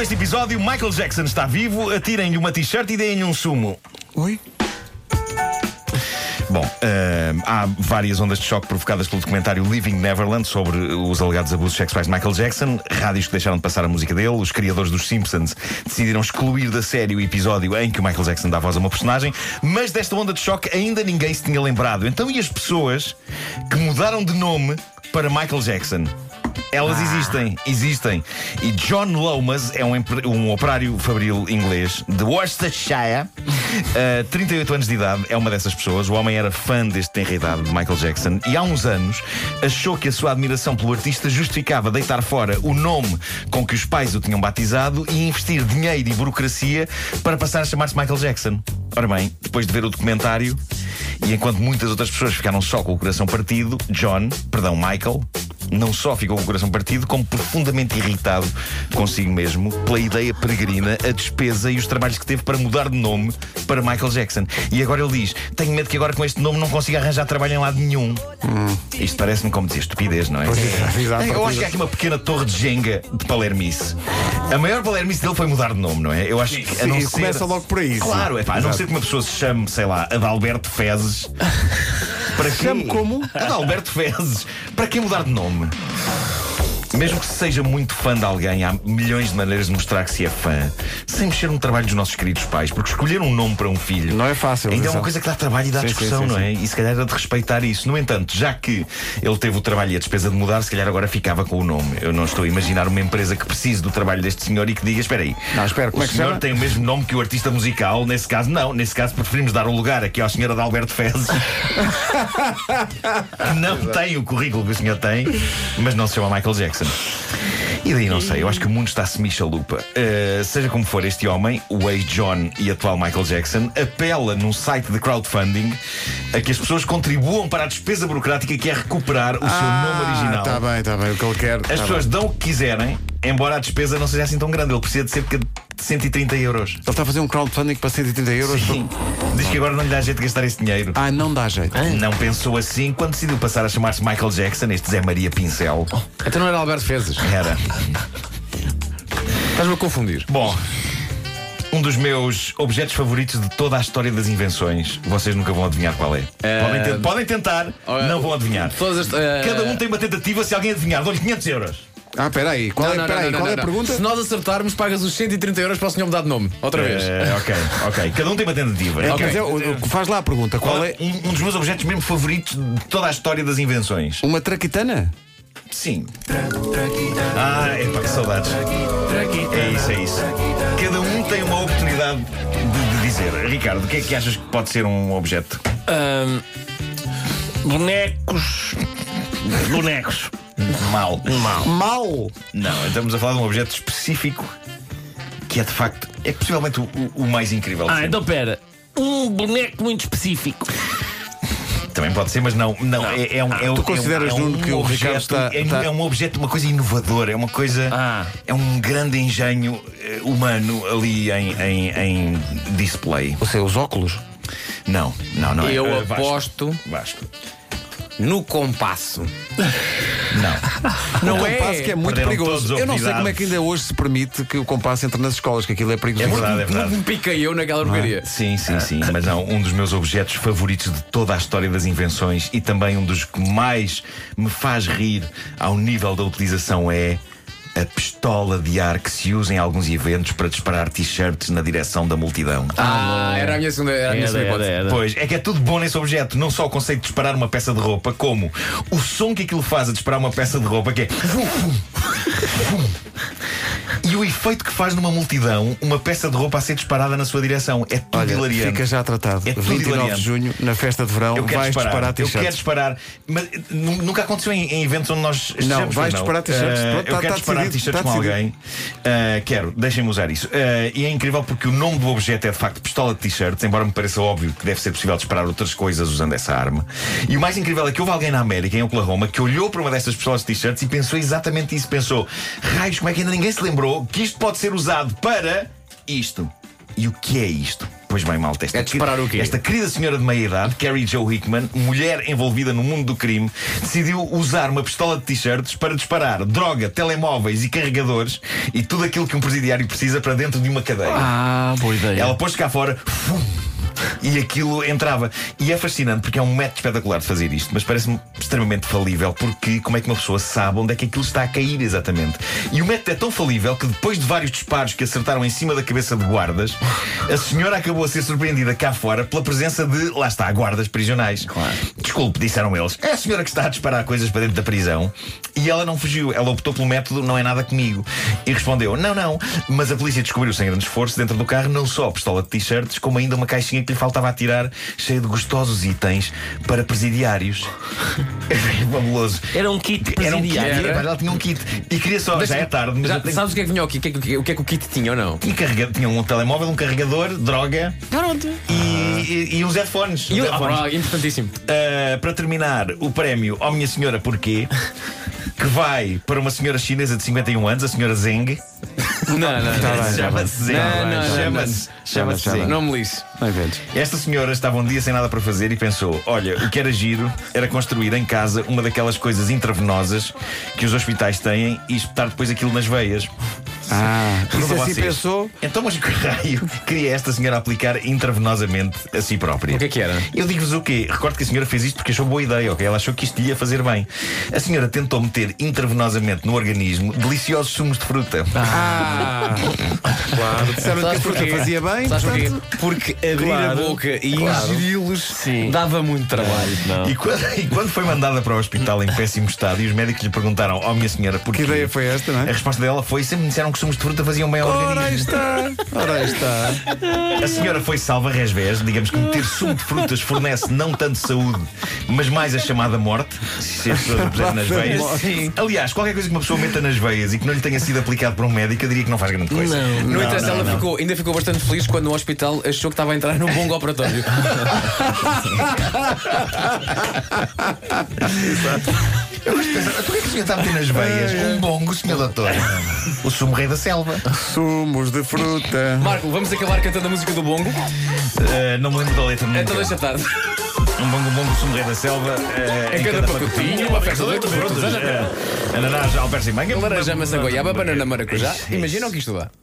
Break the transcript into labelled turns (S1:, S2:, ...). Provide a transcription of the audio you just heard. S1: este episódio, Michael Jackson está vivo, atirem-lhe uma t-shirt e deem-lhe um sumo.
S2: Oi?
S1: Bom, eh, há várias ondas de choque provocadas pelo documentário Living Neverland sobre os alegados abusos sexuais de Michael Jackson, rádios que deixaram de passar a música dele, os criadores dos Simpsons decidiram excluir da série o episódio em que o Michael Jackson dá voz a uma personagem, mas desta onda de choque ainda ninguém se tinha lembrado. Então, e as pessoas que mudaram de nome para Michael Jackson? Elas existem, existem. E John Lomas é um, empre- um operário fabril inglês de Worcestershire, eh, 38 anos de idade, é uma dessas pessoas. O homem era fã deste tenra idade de Michael Jackson e há uns anos achou que a sua admiração pelo artista justificava deitar fora o nome com que os pais o tinham batizado e investir dinheiro e burocracia para passar a chamar-se Michael Jackson. Ora bem, depois de ver o documentário e enquanto muitas outras pessoas ficaram só com o coração partido, John, perdão, Michael, não só ficou com o coração partido, como profundamente irritado consigo mesmo pela ideia peregrina, a despesa e os trabalhos que teve para mudar de nome para Michael Jackson. E agora ele diz: Tenho medo que agora com este nome não consiga arranjar trabalho em lado nenhum. Isto parece-me como dizer estupidez, não é?
S2: exato,
S1: Eu acho
S2: partida.
S1: que há aqui uma pequena torre de Jenga de palermice. A maior palermice dele foi mudar de nome, não é? Eu acho que a não
S2: Sim,
S1: ser...
S2: começa logo por aí, sim.
S1: Claro, é pá, a não
S2: Exato.
S1: ser que uma pessoa se chame, sei lá, Adalberto Fezes. Para quê?
S2: Chame como?
S1: Adalberto Fezes. Para quem mudar de nome? Mesmo que seja muito fã de alguém, há milhões de maneiras de mostrar que se é fã, sem mexer no trabalho dos nossos queridos pais, porque escolher um nome para um filho
S2: Não é fácil,
S1: Ainda é uma
S2: atenção.
S1: coisa que dá trabalho e dá
S2: Sim, sim,
S1: discussão,
S2: sim,
S1: não é? E se calhar era de respeitar isso. No entanto, já que ele teve o trabalho e a despesa de mudar, se calhar agora ficava com o nome. Eu não estou a imaginar uma empresa que precise do trabalho deste senhor e que diga: espera aí,
S2: Não, espera, como
S1: o
S2: é que se
S1: senhor
S2: chama?"
S1: tem o mesmo nome que o artista musical. Nesse caso, não. Nesse caso, preferimos dar o lugar aqui ao senhor Adalberto Fezes. que não tem o currículo que o senhor tem, mas não se chama Michael Jackson. E daí não sei, eu acho que o mundo está semi-chalupa. Uh, seja como for, este homem, o ex-John e atual Michael Jackson, apela num site de crowdfunding a que as pessoas contribuam para a despesa burocrática que é recuperar o seu nome original.
S2: Está Ah, tá bem, está bem, o que ele quer.
S1: As
S2: tá
S1: pessoas
S2: bem.
S1: dão o que quiserem, embora a despesa não seja assim tão grande. Ele precisa de cerca de 130 euros.
S2: Ele está a fazer um crowdfunding para 130 euros.
S1: Diz que agora não lhe dá jeito de gastar esse dinheiro.
S2: Ah, não dá jeito.
S1: Não pensou assim quando decidiu passar a chamar-se Michael Jackson, este Zé Maria Pincel.
S2: Oh.
S3: Então não era Alberto Fezes.
S1: Era.
S3: Estás-me a confundir.
S1: Bom, um dos meus objetos favoritos de toda a história das invenções. Vocês nunca vão adivinhar qual é. Podem,
S2: Ehm,
S1: ten- podem tentar,
S3: Eh,
S1: não vão adivinhar.
S3: Todas as. eh,
S1: Cada um tem uma tentativa, se alguém adivinhar, dou-lhe 500 euros.
S2: Ah, espera aí. Qual
S3: Não,
S2: é,
S3: não,
S2: espera
S3: não,
S2: aí,
S3: não,
S2: qual é a
S3: não, não.
S2: pergunta?
S3: Se nós acertarmos, pagas os 130 euros para o senhor mudar de nome. Outra vez.
S1: Eh, ok, ok. Cada um tem uma tentativa.
S2: É,
S1: Ok.
S2: quer dizer, o- o- faz lá a pergunta. Qual é
S1: um, um dos meus objetos mesmo favoritos de toda a história das invenções?
S2: uma traquitana?
S1: Sim. Ah, é para que saudades. É isso, é isso. Cada um tem uma oportunidade de, de dizer. Ricardo, o que é que achas que pode ser um objeto?
S4: Ahm, bonecos. Bonecos.
S1: Mal. Mal.
S2: Um Mal!
S1: Não, estamos a falar de um objeto específico que é de facto. É possivelmente o, o- o mais incrível. de
S4: Ah,
S1: sempre.
S4: então pera. Um boneco muito específico.
S1: Também pode ser, mas não. não, É, é um, é, um-
S2: tu consideras,
S1: é um, é um
S2: Nuno, que o
S1: objeto,
S2: Ricardo está-
S1: é, um-
S2: está-
S1: é um objeto, uma coisa inovadora, é uma coisa.
S4: Ah.
S1: É um grande engenho eh, humano ali em, em, em display.
S2: Ou seja, os óculos.
S1: Não, não, não é.
S3: Eu
S1: Eh, Vasco.
S3: aposto
S1: Vasco.
S3: no compasso.
S1: Não.
S2: Não
S3: é?
S2: compasso que é muito
S1: Perderam todos
S2: perigoso.
S1: a
S2: Eu não sei como é que
S1: oportunidade.
S2: ainda hoje se permite que o compasso entre nas escolas, que aquilo é perigoso.
S1: É verdade, é verdade.
S3: Me piquei eu naquela porcaria.
S1: Sim, sim, sim. Mas não, um dos meus objetos favoritos de toda a história das invenções e também um dos que mais me faz rir ao nível da utilização é a pistola de ar que se usa em alguns eventos para disparar t-shirts na direção da multidão.
S3: Ah, era a minha segunda, era a minha segunda hipótese.
S1: Pois, é que é tudo bom nesse objeto. Não só o conceito de disparar uma peça de roupa, como o som que aquilo faz a disparar uma peça de roupa, que é. vum, vum, vum. E o efeito que faz numa multidão uma peça de roupa a ser disparada na sua direção. É tudo
S2: Olha,
S1: hilariante.
S2: fica já tratado.
S1: É tudo
S2: 29
S1: hilariante.
S2: de junho, na festa de verão,
S1: Eu quero
S2: vais
S1: disparar,
S2: disparar
S1: eu
S2: t-shirts.
S1: quero disparar, mas eh, nu- nunca aconteceu em, em eventos onde nós estejamos, pois
S2: vais disparar t-shirts,
S1: Eh,
S2: pronto,
S1: eu
S2: tá-
S1: quero
S2: tá
S1: disparar
S2: decidido,
S1: t-shirts
S2: tá
S1: com
S2: decidido.
S1: alguém. Eh, quero, deixem-me usar isso. Eh, e é incrível porque o nome do objeto é de facto pistola de t-shirts, embora me pareça óbvio que deve ser possível disparar outras coisas usando essa arma. E o mais incrível é que houve alguém na América, em Oklahoma, que olhou para uma destas pistolas de t-shirts e pensou exatamente isso. Pensou, raios, como é que ainda ninguém se lembrou que isto pode ser usado para isto? E o que é isto? Pois bem, malta, esta,
S3: É disparar o quê?
S1: esta querida senhora de meia idade, Carrie Jo Hickman, mulher envolvida no mundo do crime, decidiu usar uma pistola de t-shirts para disparar droga, telemóveis e carregadores e tudo aquilo que um presidiário precisa para dentro de uma cadeia.
S4: Ah, boa ideia.
S1: Ela pôs-se cá fora. fum, E aquilo entrava. E é fascinante porque é um método espetacular de fazer isto, mas parece-me extremamente falível porque como é que uma pessoa sabe onde é que aquilo está a cair exatamente? E o método é tão falível que depois de vários disparos que acertaram em cima da cabeça de guardas, a senhora acabou a ser surpreendida cá fora pela presença de, lá está, guardas prisionais. Claro. Desculpe, disseram eles, é a senhora que está a disparar coisas para dentro da prisão. E ela não fugiu, ela optou pelo método não é nada comigo. E respondeu: não, não. Mas a polícia descobriu sem grande esforço dentro do carro não só a pistola de t-shirts, como ainda uma caixinha que lhe faltava atirar, cheia de gostosos itens para presidiários. É fabuloso.
S4: Era um kit
S1: Era um kit,
S4: presidiário.
S1: pá, ela tinha um kit. E queria só, já é tarde, mas
S3: Já
S1: eu tenho...
S3: Sabes o que é que vinha aqui? O que é que, o que é que o kit tinha ou não?
S1: Tinha, carrega- tinha um telemóvel, um carregador, droga
S3: Pronto.
S1: e, e- e uns headphones.
S3: E
S1: Uns
S3: o,
S1: headphones.
S3: ah, importantíssimo.
S1: Uh, para terminar, o prémio Oh Minha Senhora Porquê, que vai para uma senhora chinesa de 51 anos, a senhora Zeng.
S3: Não, não,
S2: Tá bem, tá bem.
S1: Chama-se Zeng.
S3: Não, não, não,
S1: Chama-se- Chama-se
S2: Tá bem.
S3: não.
S1: Zeng.
S3: Não me lixe.
S2: Não inventes.
S1: Esta senhora estava um dia sem nada para fazer e pensou: olha, o que era giro era construir em casa uma daquelas coisas intravenosas que os hospitais têm e espetar depois aquilo nas veias.
S2: Ah, isso
S1: Pergunto a
S2: assim
S1: vocês,
S2: pensou.
S1: Então, mas que raio queria esta senhora aplicar intravenosamente a si própria?
S3: O que é que era?
S1: Eu digo-vos o quê? Recordo que a senhora fez isto porque achou boa ideia, ok? Ela achou que isto lhe ia fazer bem. A senhora tentou meter intravenosamente no organismo deliciosos sumos de fruta.
S2: Ah, claro. Disseram que a
S3: Sabes
S2: fruta
S3: porquê?
S2: fazia bem.
S3: Sabes porquê?
S2: portanto,
S3: Porque abrir
S2: Claro.
S3: a boca e
S1: Claro.
S3: ingeri-los
S4: Sim.
S3: dava muito trabalho.
S4: Não.
S1: E quando, e quando foi mandada para o hospital em péssimo estado e os médicos lhe perguntaram, oh minha senhora,
S2: Que
S1: porquê?
S2: ideia foi esta, não
S1: A
S2: é?
S1: resposta dela foi: sempre me disseram que sumos de fruta faziam bem ao
S2: Ah. Ora aí
S1: organismo.
S2: está, ora aí está.
S1: A senhora foi salva resvés. Digamos que meter sumo de frutas fornece não tanto saúde, mas mais a chamada morte. Se as pessoas o puserem nas veias.
S4: Sim.
S1: Aliás, qualquer coisa que uma pessoa meta nas veias e que não lhe tenha sido aplicado por um médico, eu diria que não faz grande coisa.
S4: Não.
S3: No entanto,
S1: não,
S3: ela
S1: não.
S3: Ficou, ainda ficou bastante feliz quando no hospital achou que estava a entrar num bongo operatório.
S1: Por que é que o senhor está a meter nas veias um bongo, senhor doutor? O sumo rei da selva.
S2: Sumos de fruta.
S3: Marco, vamos acabar cantando a música do bongo?
S1: Eh, não me lembro da letra nunca.
S3: Então deixa tarde.
S1: Um bongo, bongo, sumo rei da selva. eh,
S3: Em É cada pacotinho, uma festa de oito frutas.
S1: eh, Ananás, alperce e manga.
S3: Laranja, maçã, goiaba, banana, maracujá.
S1: É Isso, isso.
S3: Imaginam que isto dá.